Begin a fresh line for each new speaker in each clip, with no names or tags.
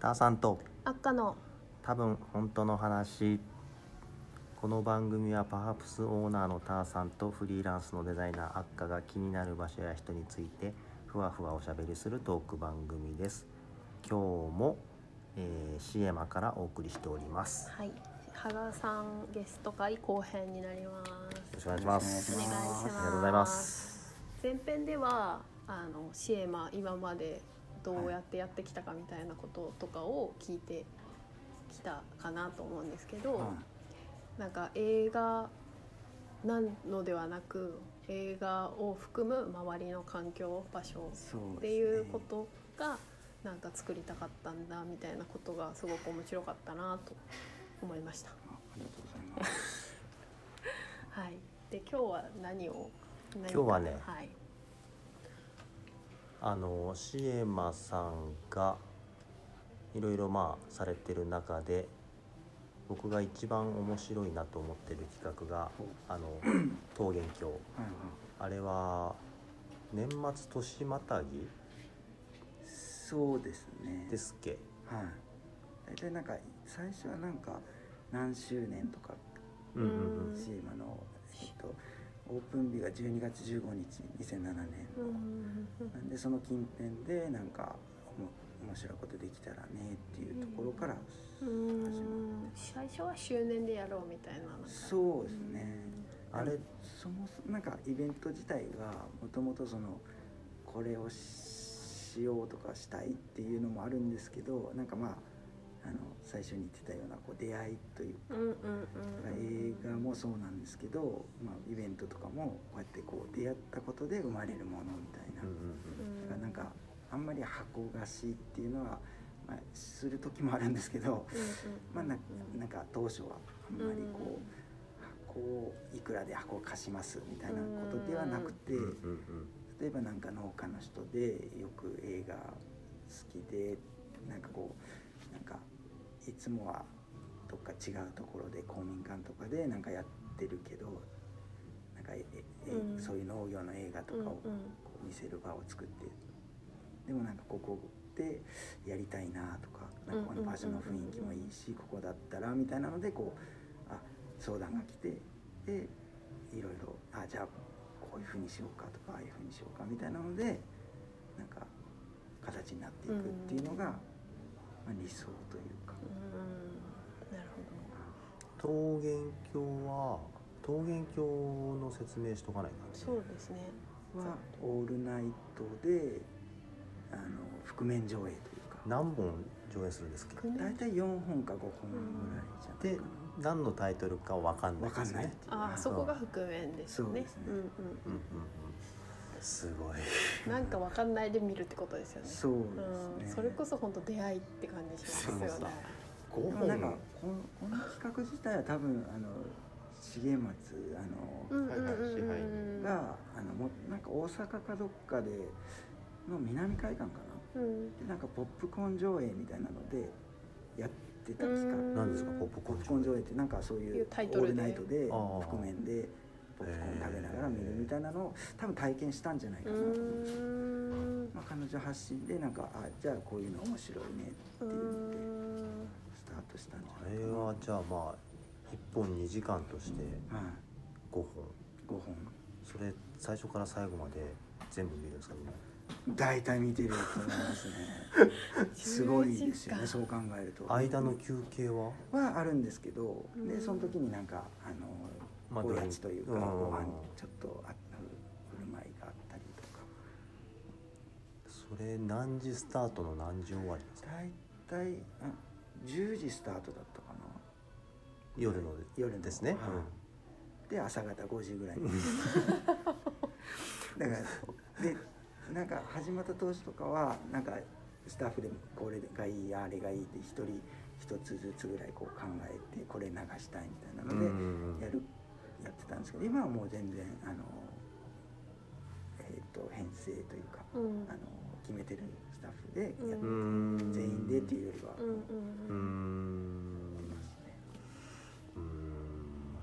ターさんと
悪化の
多分本当の話この番組はパープスオーナーのターさんとフリーランスのデザイナーアッカが気になる場所や人についてふわふわおしゃべりするトーク番組です今日も、えー、シエマからお送りしておりますよ
はい羽賀さんゲスト会後編になりま
ろし
す
くお願いします
お願いします
ありがとうございます
前編ではあのシエマ今までどうやってやってきたかみたいなこととかを聞いてきたかなと思うんですけど、なんか映画なのではなく映画を含む周りの環境場所
そう
って
ですね
いうことがなんか作りたかったんだみたいなことがすごく面白かったなと思いました。
あありがとうございます。
はい。で今日は何を今
今日はね
はい。
あのシエマさんがいろいろまあされてる中で僕が一番面白いなと思ってる企画があの桃源郷
はいはい
あれは年末年またぎ
そうですね。
ですっけ
はい。大体なんか最初はなんか何周年とか
うんうんうん
うん
シーマのえっとオープン日が12月15日2007年。
うん
なんでその近辺でなんかおも面白いことできたらねっていうところから
う
始まって。
ん。最初は周年でやろうみたいななんか。
そうですね。
あれ
そもそもなんかイベント自体がもともとそのこれをししようとかしたいっていうのもあるんですけどなんかまああの最初に言ってたようなこう出会いという
うんうん
か
うん。
映画もそうなんですけど、まあ、イベントとかもこうやってこう出会ったことで生まれるものみたいな
うんうん
だからなんかあんまり箱菓子っていうのは、まあ、する時もあるんですけど、まあ、ななんか当初はあんまりこう箱をいくらで箱を貸しますみたいなことではなくて
うんうんうん
例えばなんか農家の人でよく映画好きでなんかこうなんかいつもはどっか違うところで公民館とかでなんかやってるけどなんかええ
うん
そういう農業の映画と
うんうん
かをこう見せる場を作ってでもなんかここでやりたいなとかなんかこの場所の雰囲気もいいしここだったらみたいなのでこうあ相談が来てでいろいろあじゃあこういうふうにしようかとかああいうふうにしようかみたいなのでなんか形になっていくっていうのが、まあ、理想というか。
うん。なる
桃源郷は桃源郷の説明しとかないかな
ほど。そうですね。
はオールナイトであの覆面上映というか
何本上映するんですっけ
大体4本か5本ぐらいじゃないかな
で何のタイトルかわかんない
わ
で
かん
す
ないっ
ね
ていう
ああそこが覆面です
そう
ね
ですね。
うん
うんうんうんすごい
うん。なんかわかんないで見るってことですよね。
そう
う
で
ん。
すね。
それこそ本当出会いって感じします
そう
よ
だ
ね。
5
でもなん
本
かこのこの企画自体は多分あの重松あ
う
の、
んうんうんうんうん。
があのもなんか大阪かどっかでの南海岸かな
うん。
でなんかポップコーン上映みたいなのでやってた企
う
画
ん
何ですかポップコ
ポ
ー
ッ
ン
プコーン上映ってなんかそう
い
いうう
タイ
オ
ト
ー
ル
ル
で
ナイトで
あー
覆面でポップコーン食べながら見るみたいなのを多分体験したんじゃないか
う
な、
ん。
まあ、彼女発信でなんかあじゃあこういうの面白いねって
う
いうんで
ん。
スタートしたんじ
あ
ゃない
れ
かな。
はじゃあまあ1本2時間として
はい、
5本
5本
それ最初から最後まで全部見るんですかみんな
大体見てると思いますね すごいですよねそう考えると
間の休憩は
はあるんですけど、
うん
でその時になんかあの、
まあ
おやつというか、
うん
ご飯ちょっとあった振る舞いがあったりとか
それ何時スタートの何時終わりなんですか
大体あ10時スタートだったかな
夜の
夜の
ですね、
はいで朝方5時ぐらいにだからでなんか始まった当初とかはなんかスタッフでもこれがいいあれがいいって一人一つずつぐらいこう考えてこれ流したいみたいな
う
の
ん
で
うんうん
やるやってたんですけど今はもう全然あのえっ、と編成というか
う
あ
ん
の決めてるスタッフでやっ
うーん
全員でっていうよりは
うん
うー
う
ん
ん
ますね
うーん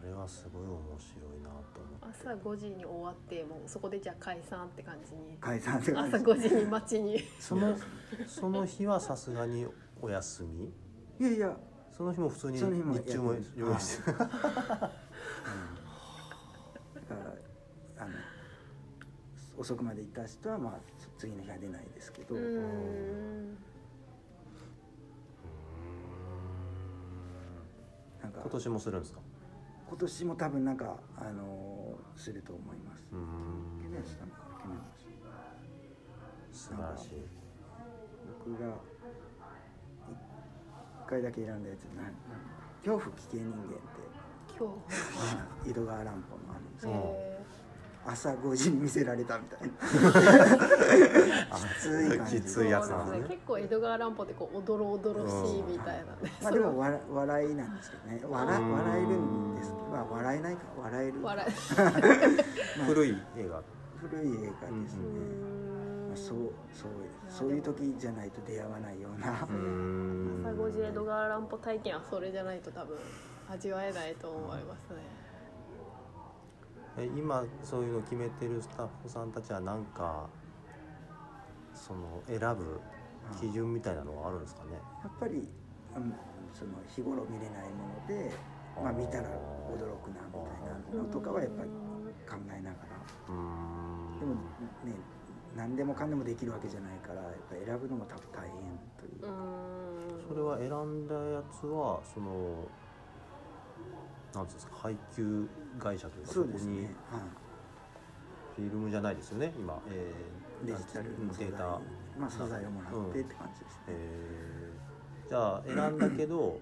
あれはすごい面白いなと思って
朝5時に終わってもうそこでじゃあ解散って感じに
解散って
朝
感じ
5時に街に
そのその日はさすがにお休み
いやいや、
その日も普通に
その日もやっ
日中も用意してる
だからあの遅くまで行った人はまあつ次の日は出ないですけど、
うーん
なん か
今年もするんですか
今年も多分なんかあのーすると思います。
うー
去
ん
年したのかな去年した
素晴らしい
僕が一回だけ選んだやつななん恐怖危険人間って
今
あの井戸川乱歩のあるんで
日
すけ
うん
ど
え
朝5時に見せられたみた いなきつい感
き
じ
ついやつなん
そう
で
です
ね
すね結構江戸川乱歩ってこうおどろおどろしいみたいなね、
まあでもわ笑いなんですけどね笑
うん
笑えるんですけど、まあ、笑えないか笑える
笑い
古い映画
古い映画ですね、まあ、そうそう
いや
そういう時じゃないと出会わないような、
うーん
朝5時江戸川乱歩体験はそれじゃないと多分味わえないと思いますね、
え今そういうの決めてるスタッフさんたちはなんかその選ぶ基準みたいなのはあるんですかね
やっぱり、うん、その日頃見れないもので、まあ、見たら驚くなみたいなのとかはやっぱり考えながら
うーん
でもね何でもかんでもできるわけじゃないからやっぱ選ぶのも多分大変という
うーん
それは選んだやつはそのなんていうんですか配給会社というか
そう
こ
です
に
ね、はい
フィルムじゃないですよね今、えー
デジタル
うん
の
デー
素材
タ、
まあ、素材をもらってって感じですね、
えーじゃあ選んだけど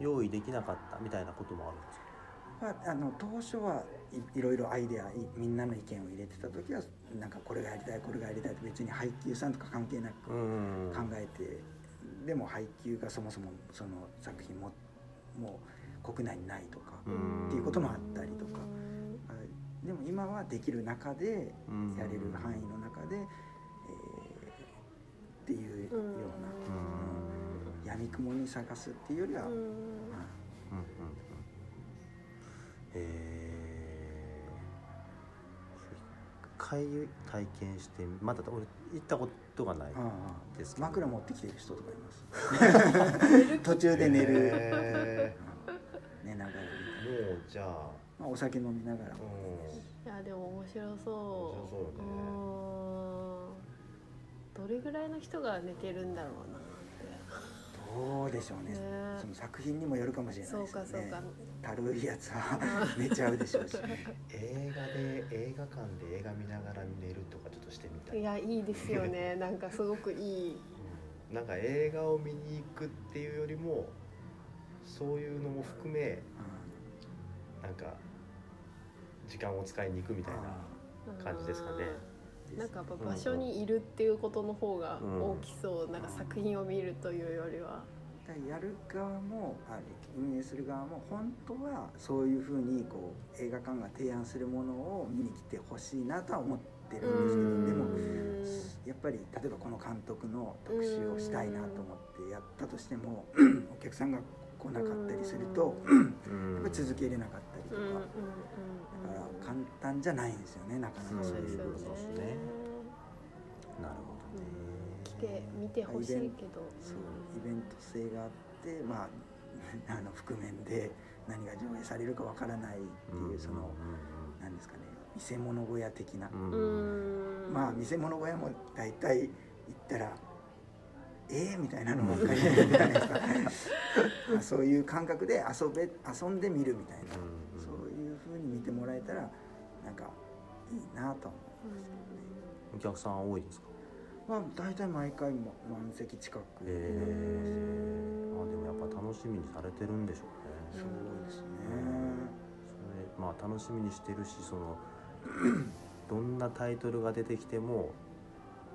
用意できなかったみたいなこともあるんですか
まあ、あの当初はいいろいろアイデアいみんなの意見を入れてた時はなんかこれがやりたいこれがやりたいって別に配給さんとか関係なく
うーん
考えて、でも配給がそもそもその作品ももう国内にないとか、
うーん
っていうこともあったりとか、はい、でも今はできる中で
うん
やれる範囲の中で、えーっていうような、
うん
やみくもに探すっていうよりは、
う
はい
ん
うんうんうんえー一回体験してまだ俺行ったことがない
ああ
ですけど
枕持ってきてる人とかいます 途中で寝る、
へ
寝なが
ー
ら、
もうじゃあ
まあ、お酒飲みながら
う
もいいですし
ん
いやでも面白そう
面白そうよね
うーんどれぐらいの人が寝てるんだろうなっ
どうでしょうね
ねえ
その作品にもよるかもしれ
て
ない
そう
ですよ
かそ
ね
うか
たるいやつは寝ちゃうでしょ うし、ね、
映画で映画館で映画見ながら寝るとかちょっとしてみた
いやいいですよ ねなんかすごくい
う
い
んなんか映画を見に行くっていうよりもそういうのも含めなんか時間を使いに行くみたいな感じですかね。
うんなんかやっぱ場所にいるっていうことの方が大きそう、なんか作品を見るというよりは、
だからやる側もあ運営する側も本当はそういうふうにこう映画館が提案するものを見に来てほしいなとは思ってる
う
んですけど
ん
でも
うん
やっぱり例えばこの監督の特集をしたいなと思ってやったとして もお客さんが来なかったりするとやっぱり続けれなかったりと
うんうんうん
かだから簡単じゃないんですよねなかな
うん
か
そうですよ
そういうことです
ね
ねなるほどね。
来て見てほしいけど
そうイベント性があってまあ あの覆面で何が上映されるかわからないっていうその何ですかね見せ物小屋的な
うん
う
うん
んうん
まあ見せ物小屋も大体行ったらえー、みたいなのばっかりじゃないですか まあそういう感覚で遊べ遊んでみるみたいなそういう風に見てもらえたらなんかいいなと思
う
お客さん多いですか。
うまあ大体毎回も満席近く
え
になりますね
えー。あでもやっぱ楽しみにされてるんでしょうね。
そうですね。
それまあ楽しみにしてるしその どんなタイトルが出てきても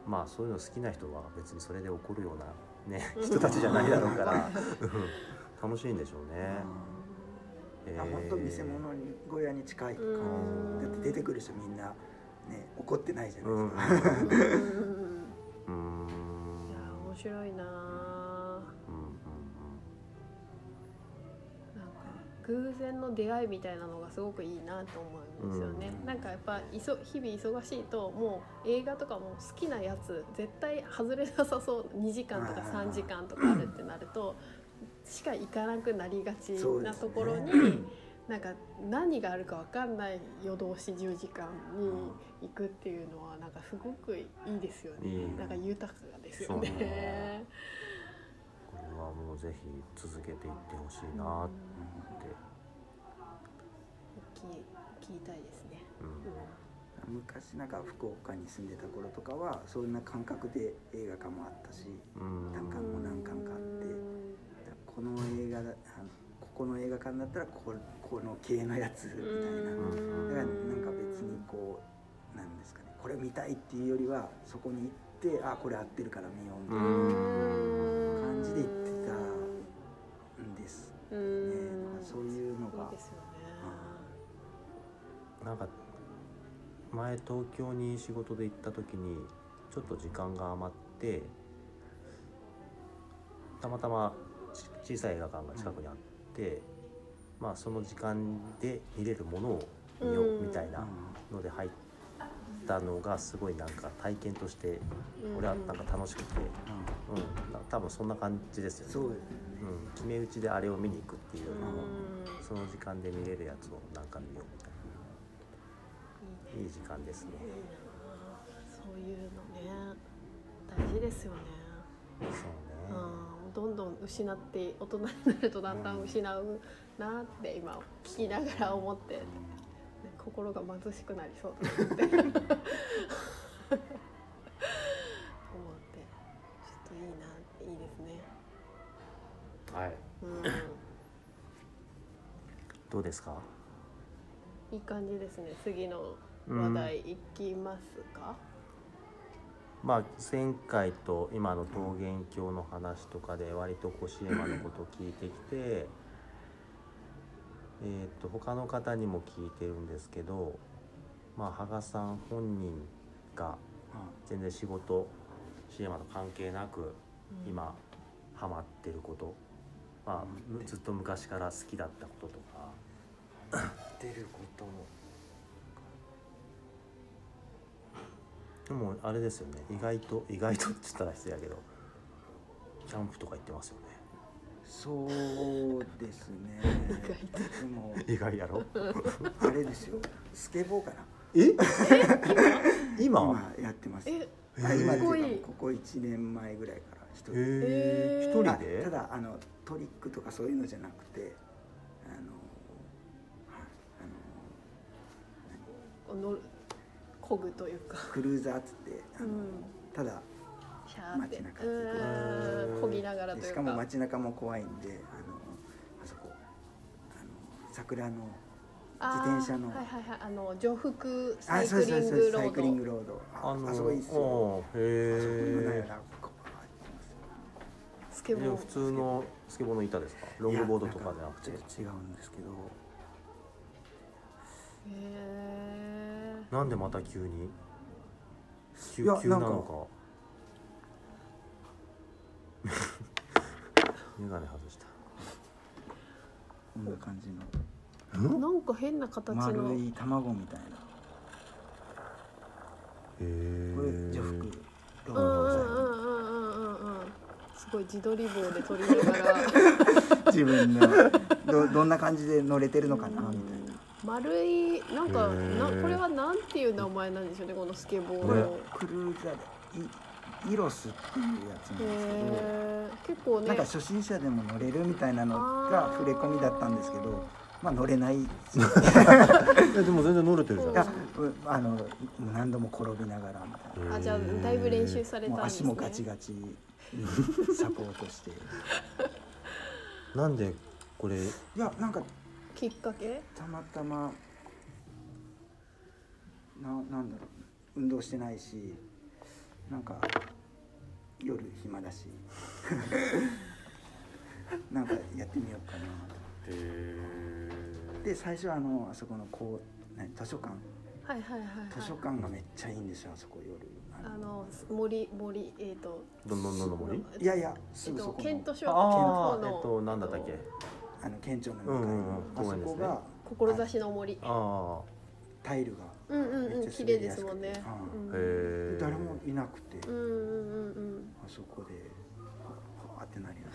まあそういうの好きな人は別にそれで怒るよう なね人たちじゃないだろうからうん楽しいんでしょうね。え
あ
ー
本当見せ物に小屋に近い感
うん
じ。だって出てくる人みんなね怒ってないじゃな
う
い
ん
で
う
す
ん
か。
ん
うん
いや面白いなあ
うんうん
なんか偶然の出会いみたいなのがすごくいいなと思うんですよね、
うん
なんかやっぱいそ日々忙しいともう映画とかも好きなやつ絶対外れなさそう2時間とか
はいはいはい
3時間とかあるってなるとしか行かなくなりがち
そうで
な
すね
ところに、なんか何があるか分かんない夜通し10時間に行くっていうのはなんかすごくいいですよね、
うん
なんか豊かですよ
そうね
ね。
これはもうぜひ続けていってほしいなって、
聞 き聞いたいですね。
うん
昔なんか福岡に住んでた頃とかはそんな感覚で映画館もあったし
うん
なんか
うん
もう何巻かあってこの映画だあのここの映画館だったらここの系のやつみたいな
うん
だからなんか別にこうなんですかねこれ見たいっていうよりはそこに行ってあこれ合ってるから見ようみたい
うん
感じで言ってなんです
う
ね
ん
なんかそういうの
そう
が
ですよね。
なんか前東京に仕事で行った時にちょっと時間が余ってたまたまち小さい映画館が近くにあって、まあその時間で見れるものを見ようみたいなので入ったのがすごいなんか体験として俺はなんか楽しくて、
うんうん
うん、な多分そんな感じですよね。
そうで
う
すね
ん、決め打ちであれを見に行くっていうよりも
うん
その時間で見れるやつをなんか見ようみたいないい時間ですね
いいなそういうのね大事ですよね。
そうね
うんどんどん失って大人になるとだんだん失うなって今聞きながら思って心が貧しくなりそうだなって思ってちょっといいないいですね
はい
うん
どうですか
いい感じですね次の話題いきますか、
まあ前回と今の桃源郷の話とかで割と腰山のことを聞いてきてえーと他の方にも聞いてるんですけどまあ芳賀さん本人が全然仕事シネマと関係なく
うん
今ハマってること、まあ、むずっと昔から好きだったこととか
出ること
でもあれですよね意外と意外とって言ったら失礼だけどキャンプとか行ってますよね
そうですねでも
意外やろ
あれですよスケボーかな
え今
今やってます
え
あ今って
かっこ
い
いうい
かここ1年前ぐらいから一人
へえ
えー
一人
あ
で
ただあのトリックとかそういうのじゃなくてあのはいあ
こう乗るこぐというか
のクルーザーっつってあ
う
の、
ん
ただ
シャーって
街中
うんこぎながら
で
とい
し
う
か
か
も街中も怖いんであのあそこあの桜の
あー
自転車の
はいはいはいあの上腹サ
あ
イ
そう
ク
です
リング
そうですそうです
ロ
サイクリン
ー
グ
ド
ロードあ
あの
あそこいいっすよ
おー
あそこにもない
へ
よ
え
なここは行ってますよ
スケボ
でも
ー
普通のスケボーの板ですかロングボードとかじゃなくて
いやんかちょっと違うんですけど
へえ
なんでまた急に急
いや
急な
なん
のか 眼鏡外した
こんな感じの
なんか変な形の
丸い卵みたいな
へえ
これ女服ロ
うんうん
ード
うんうんうんうんうんすごい自撮り棒で撮りながら
自分のどどんな感じで乗れてるのかなみたいな
丸いなんか
へえ
なこれはなんていう名前なんでしょうねこのスケボーの
ね
クルーザーでイイロスっていうやつな
へ
んですけど、
え結構ね
なんか初心者でも乗れるみたいなのが触れ込みだったんですけどまあ乗れないしい
いやでも全然乗れてるじゃ
うん
ない
やうあの何度も転びながらみたいな。
あじゃあだいぶ練習された
も
ん
う
です
足
ね
もガチガチにサポート してい
なんでこれ
やなんか
きっかけ
たまたまななんだろう運動してないしなんか夜暇だし なんかやってみようかなとで最初はあのあそこのこう何図書館
はいはいはいはい
図書館がめっちゃいいんですよあそこ夜
あの森森えっと
どんどんどんどん森
いやいやす
えっ
ぐそ
と
この
ケント小学校
ああ
の
えっと何だったっけ
ああの県庁の向かい
うんうん
の
うん
あそ
公園です
こ
ね
が
志の森
あ
タイルが
うんうん
めっ
う
ち
ん綺
ゃ滑
麗
り
で
や
す
すく
もん
て
ねう
う
んん
あへえ
誰もいなくて
うんうんうんうん
あそこでははーってなりな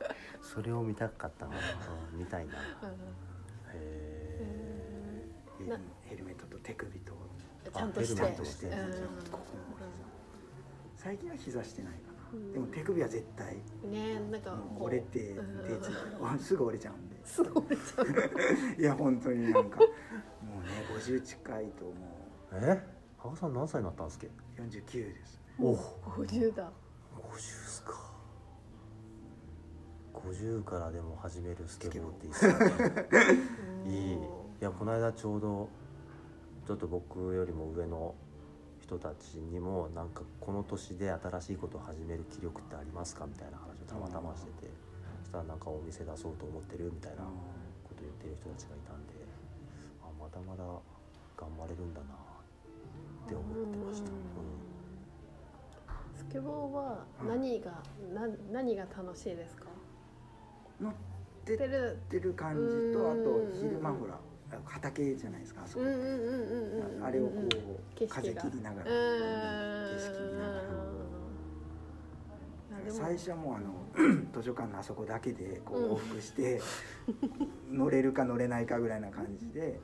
がら
それを見たかったな、うん見たいなへ
あ
え
ヘル
な
ヘルメットと手首と
ーちゃんとし
あ
て
ヘ
ち
ル
ゃ
メット
んと
を
して
う
こ
ん
う
こ
ん
も膝最近は膝してないか
う
なんでも手首は絶対
ねなんか
もう
こう
折れて手
うん
ついたら すぐ折れちゃうんです
ごい 折れちゃう
いや本当になんかもうね50近いとも
え羽賀さん何歳になったんですっけ
う49ですね
お
50だ
50っすか50からでも始めるスケボーっていいっすよねいいいやこの間ちょうどちょっと僕よりも上の人たちにもなんかこの年で新しいことを始める気力ってありますかみたいな話をたまたましててそしたらなんかお店出そうと思ってるみたいなこと言ってる人たちがいたんであまだまだ頑張れるんだなって思ってました。
うん
うん
スケボーは何が、な何が楽しいですか
乗って
出
って
る
てる感じ
う
とあ
ん
と昼間ほら畑じゃないですかあそこ
うんうんうんうんうん
あれをこ
うん
う
景色
風
が
切りながら
うん
景色見ながら
いやでも
最初はもうあの 図書館のあそこだけでこ
うん
う往復して乗れるか乗れないかぐらいな感じで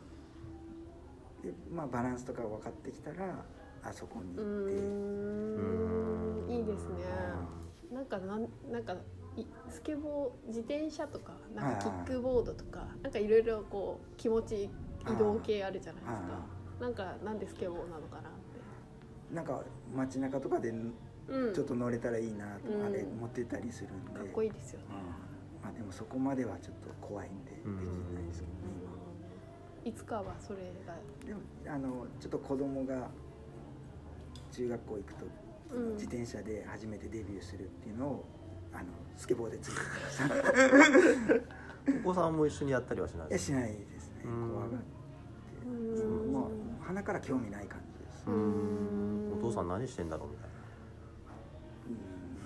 で、まあ、バランスとか分かってきたらあそこに
う
行って
ーんいいですね
う
なんかなんなんかいスケボー自転車とかなんか
はい
キ
はい
ックボードとかなんかいろいろこう気持ちいい移動系あるじゃないです
はいは
かなんかなんでスケボーなのかなって
なんか街中とかで
うん
ちょっと乗れたらいいなと
うん
かあれ持ってたりするんで、
かっこいいですよね
うんまあでもそこまではちょっと怖いんでできないですけどね
いつかはそれが
今でもあのちょっと子供が中学校行くと
うん
自転車で初めてデビューするっていうのをあのスケボーでついてきました い
んお子さんも一緒にやったりはしない
や
です
しないですね
うん
怖がって
うん
まあ鼻から興味ない感じです
う
うんん
お父さん何してんだろうみたいな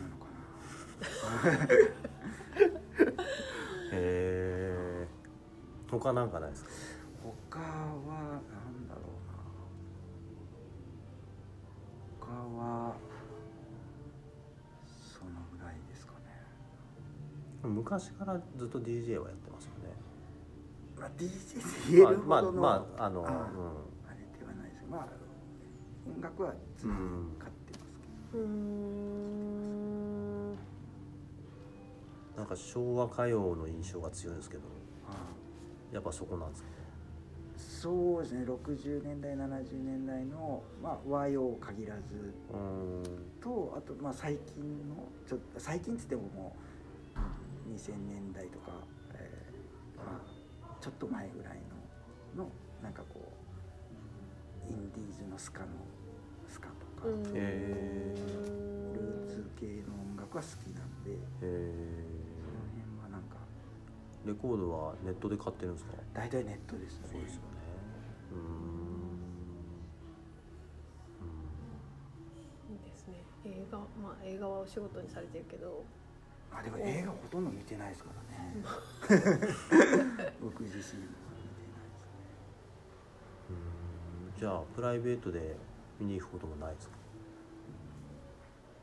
なのかな
へえ他なんかないですか
他はなんだろうな他はそのぐらいですかね、
昔からずっと DJ はやってますよね
まあ、DJ って言えるほ
まあ
どの、
まああの
あれではないですまあ音楽は常に買ってますけど、
うーん
うんなんか昭和歌謡の印象が強いんですけど
ああ
やっぱそこなんですね
そうですね60年代70年代の、まあ、和洋限らず
うーん
とあとまあ最近のちょっと最近っつってももう2000年代とか、えーまあ、ちょっと前ぐらいののなんかこうインディーズのスカのスカとか、
うん
へえ
ルーツ系の音楽は好きなんで
へ
その
え
辺はなんか
レコードはネットで買ってるんですか
大体ネットですね
そうですよねうーん
いいですね映画まあ映画はお仕事にされてるけど
まあでも映画ほとんど見てないですからね 僕自身も見てないですね
うーんじゃあプライベートで見に行くこともないですか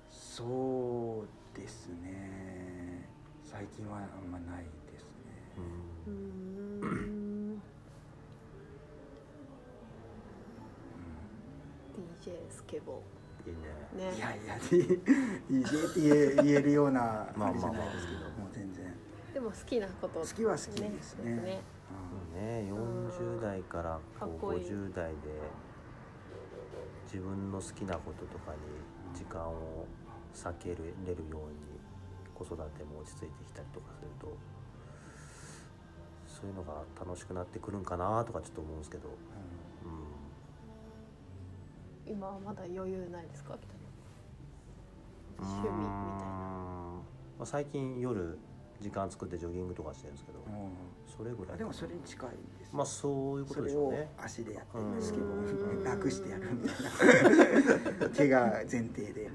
そうですね最近はあんまないです
う
ね、
うー
ん
ん DJ スケボ
いいね
ーね
いやいや DJ って言え言えるような
まあ
あれじゃない
まあ
ですけど、もう全然
でも好きなこと
好きは好きですね
ですね
うん
そうね40代からこう
かっこいい
50代で自分の好きなこととかに時間を避けれるように子育ても落ち着いてきたりとかするとそういうのが楽しくなってくるんかなとかちょっと思うんですけど、う
今はまだ余裕ないですかみ
ん、
たいな趣味みたいな
まあ最近夜時間作ってジョギングとかしてるんですけど、
うん
それぐら
あ
い
でもそれに近いです、
まあそういうこ
そ
とで
れ
しょう
を
ね
足でやって
うん
スケボ
うん
ー楽してやるみた いな怪我前提で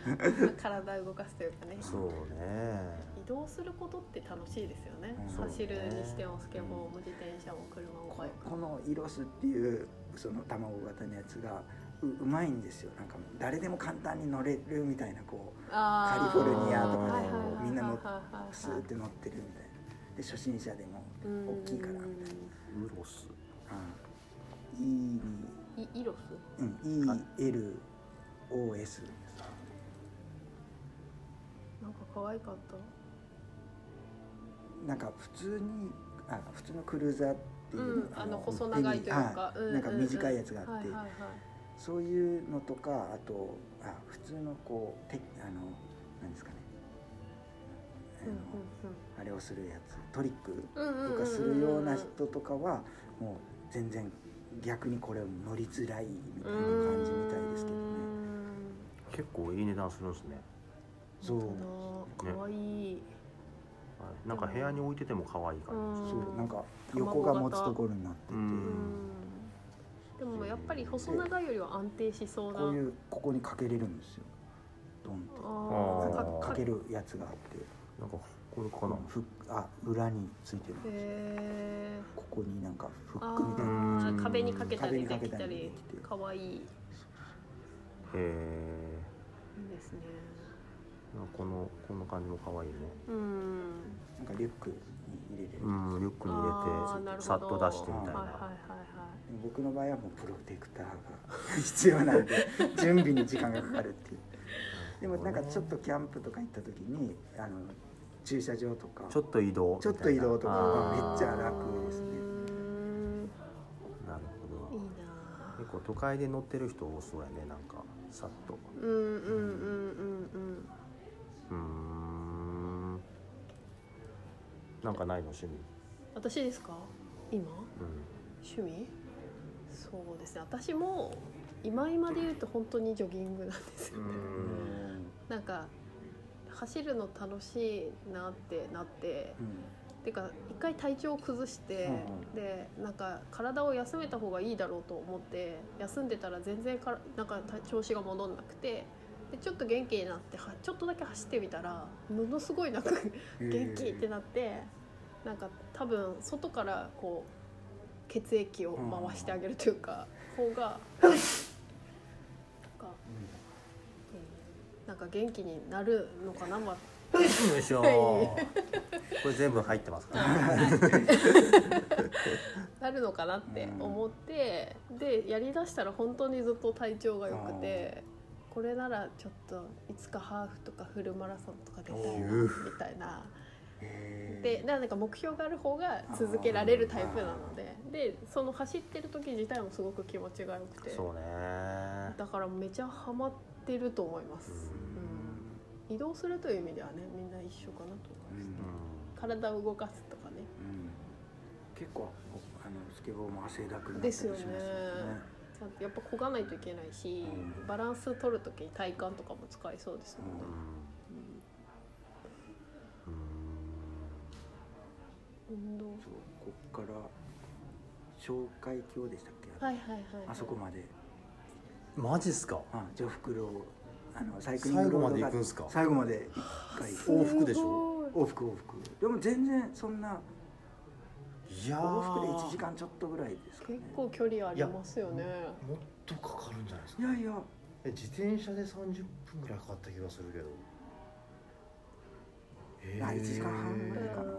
体を動かすというかね
そうね
移動することって楽しいですよね、
うん
そう
走るにして
う
も
ん
スケボーも自転車も車も
こ
バイクも
このイロスっていうその卵型のやつがううまいんですよなんかもう誰でも簡単に乗れるみたいなこう
カ
カリフォルニア
とかで
こうみんな乗っ
っ
スーって乗ってるみたいなで初心者でも大きいからみたい
ウロス
うん E に、
イイロス
うん、ELOS です
なんか可愛かった
なんか普通にあ普通のクルーザーっていう、
うんあの細長いというか
手にはいなんか短いやつがあ
はい
って、
はいはい
そういうのとかあとあ普通のこうてあのなんですかねあ
うん
の、
う
あれをするやつトリック
んうんうんうんうん
とかするような人とかはもう全然逆にこれを乗りづらいみたいな感じみたいですけどね
結構いい値段するんですね
そう
うーん本当だ可愛い
はいなんか部屋に置いてても可愛い感じです
ん
そうなんか横が持つところになってて
うん
でもやっぱり細長いよりは安定しそうな
こういうここにかけれるんですよドンって
あ
ー
なん
ー
かかけ
へ
るやつがあって
なんかこれかな
フックあ裏についてるんですよ
え
ここになんかフッ
あ
クみたいな
ー
うん
壁にかけた
壁
り
に
で
かけ
き
た
た
り
り
できて
可愛いいい
へえ
ですね
このこんな感じも可愛いね
うん
なんかリュックに入れれる、
うんリュックに
あー
入
な
れ
る
て
ほど
さっと出してみたい
はいは
な
いはい
僕の場合はもうプロテクターが必要な んで準備に時間がかかるっていうでもなんかちょっとキャンプとか行った時にあの駐車場とか
ちょっと移動みたいな
ちょっと移動とか
は
あ
い
ー
めっちゃ楽
う
ですね
ーん
なるほ
いい
ど
なあ
結構都会で乗ってる人多そうやねなんかさっと
うんうんうんうん
う
うん
ーんなんかないの趣味
私ですか今
うん
趣味そうですね私も今今で言うと本当にジョギングなんですよね、 なんか走るの楽しいなってなっててか一回体調を崩して、
うんうん
でなんか体を休めた方がいいだろうと思って休んでたら全然からなんか体調子が戻んなくてでちょっと元気になってはちょっとだけ走ってみたらものすごいなんか
うん
元気って
な
なってなんか多分外からこう血液を回してあげるというか、方が なんかうんなんか元気になるのかなま
よいしょこれ全部入ってますからね
なるのかなって思って、でやりだしたら本当にずっと体調が良くて。これならちょっといつかハーフとかフルマラソンとか出たいな
おう
みたいなでなんか目標がある方が続けられるタイプなのででその走ってる時自体もすごく気持ちが良くて
そうね
だからめちゃハマってると思います、うん移動するという意味ではねみんな一緒かなと思います、
うん
体を動かすとかね
結構あのスケボーも汗だくになった
で
り
す
し
よ
ます
ね
よね
ちゃんとやっぱこがないといけないし
うん
バランス取る時に体幹とかも使いそうですもんね
う、ん
運動
そうこっから紹介橋でしたっけ、
はいはいはい
あそこまで
うんマジっすか
あジョフクローあのサイクリングロードが
最後まで行くんすか
最後まで一回
往復でしょ
すごい
往復往復でも全然そんない
やー
往復で1時間ちょっとぐらいですかね
結構距離ありますよね
もっとかかるんじゃないです
いやいや
え自転車で30分ぐらいかかった気がするけどえ
あ一時間半ぐ
う
らい
ん
かな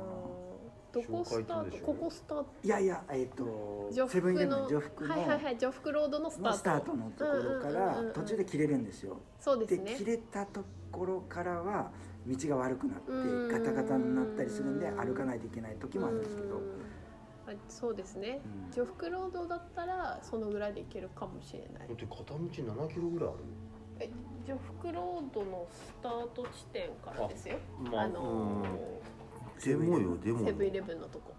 どこスタ
紹介中で
ー
し
ト
ょ
ここスタート
いやいやえっ、と
女
セブンイレ
服
ブン
の
ジョフクの,、
はいはいはい女服ロードのスター
の
ト
スタートのところか
うんうんうんうん
ら途中で切れるんですよ、
そうです
で
ね
切れたところからは道が悪くなって
うん
ガタガタになったりするんで歩かないといけない時もあるんですけど、
うんあそうですね
うん
女服ロードだったらそのぐらいで行けるかもしれない
だって片道7キロぐらいある
え女服ロードのスタート地点からですよ
まあ
あの
でもよでも
セ
よ
ブンイレブンのとこ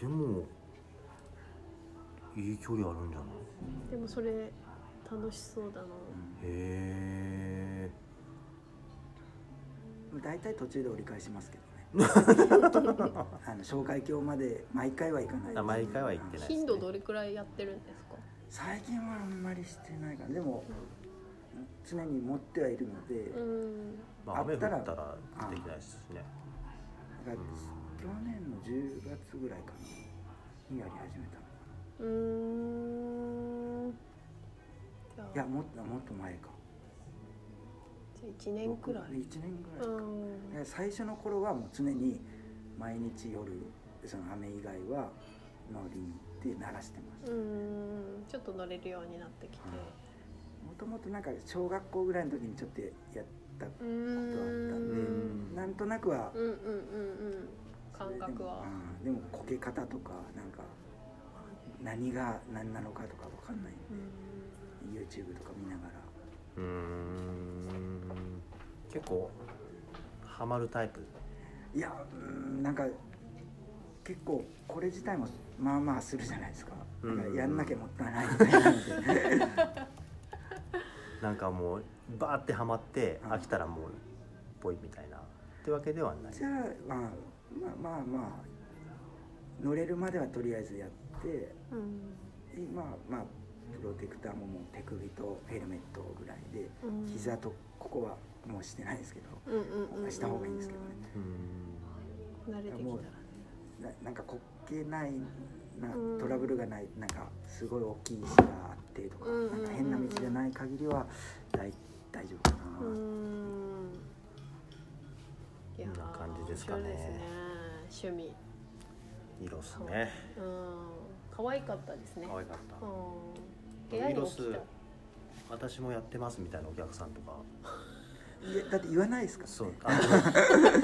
でもいい距離あるんじゃない
でもそれ楽しそう だな
へえ
うん大体途中で折り返しますけどねあの紹介橋まで毎回は行かないです
あ毎回は行ってない
頻度どれくらいやってるんですか
最近はあんまりしてないかなでも常に持ってはいるので、
うん
まあ、
あ
雨降
っ
った
たら
らできないですしね。
だから去年の10月ぐらいかなにやり始めたのか
うーんじゃあ
ないやもっともっと前か
じゃあ1年くらい
1年ぐらいか
う、
で
ん
最初の頃はもう常に毎日夜その雨以外は乗りに行って鳴らしてまし
う
た
んちょっと乗れるようになってきて
もともとなんか小学校ぐらいの時にちょっとやった
うーん
ことはあったんで
うん
なんとなくは
うんうんうんうん感覚は
それでも,、うん、でもこけ方とかなんか何が何なのかとかわかんない、
うん
YouTube とか見ながら
うーん結構ハマるタイプ。
いやうんなんか結構これ自体もまあまあするじゃないですか,、
うん
なんかやんなきゃもったいないみたいなので
なんかもうバーってハマって
うん
飽きたらもうぽいみたいなってわけではない。
じゃあ、まあ、まあまあまあ乗れるまではとりあえずやって
うん
今まあプロテクターももう手首とヘルメットぐらいで
うん
膝とここはもうしてないですけど
うんうんうん
した方がいいんですけどね
うーん
慣れてきたらね
ななんかこっけないな
うん
トラブルがないなんかすごい大きい石があってとか,、
うんうんうんうん
なんか変な道じゃない限りは大大丈夫か
う
な、
んいやー
こんな感じですかね
面白いですね趣味
色っすね。
うん可愛かったですね
可愛かった。
うん部屋に置きたい
私もやってますみたいなお客さんとか。
いやだって言わないですか
そう。あ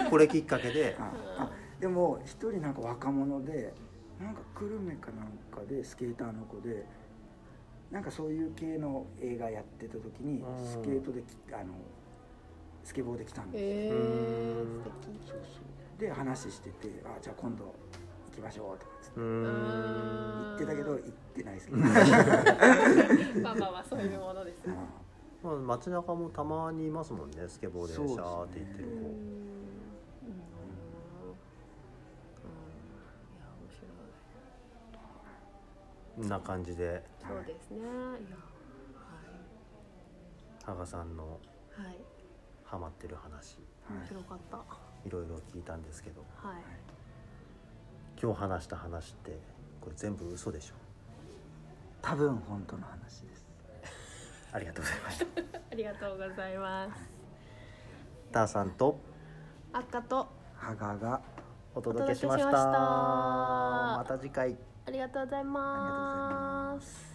の これきっかけ で。
ああでも一人なんか若者でなんか久留米かなんかでスケーターの子でなんかそういう系の映画やってた時に
うん
スケートできあのスケボーで来たんですよ
え
うん
ー、素
そ
敵
うそうで話してて「あじゃあ今度行きましょう」とかつって
うーん。
言ってたけど行ってないです けど、
まあまあまあそういうものですね。
まあ街中もたまにいますもんね。スケボーでシ
そうですね
ャーって言って
う
る
ん。うん。い
子。
や面白
こんな感じで
い。そうですね。いやは
羽賀さんの
いはい
ハマってる話
は
面
い
白かった。はい
ろいろ聞いたんですけど。
い。
今日話した話ってこれ全部嘘でしょ
多分本当の話です
ありがとうございました
ありがとうございます。
ターさんと
赤と
羽賀が
お届けしました
お届けしました
また次回
ありがとうござい
あり
ま。
がとうございます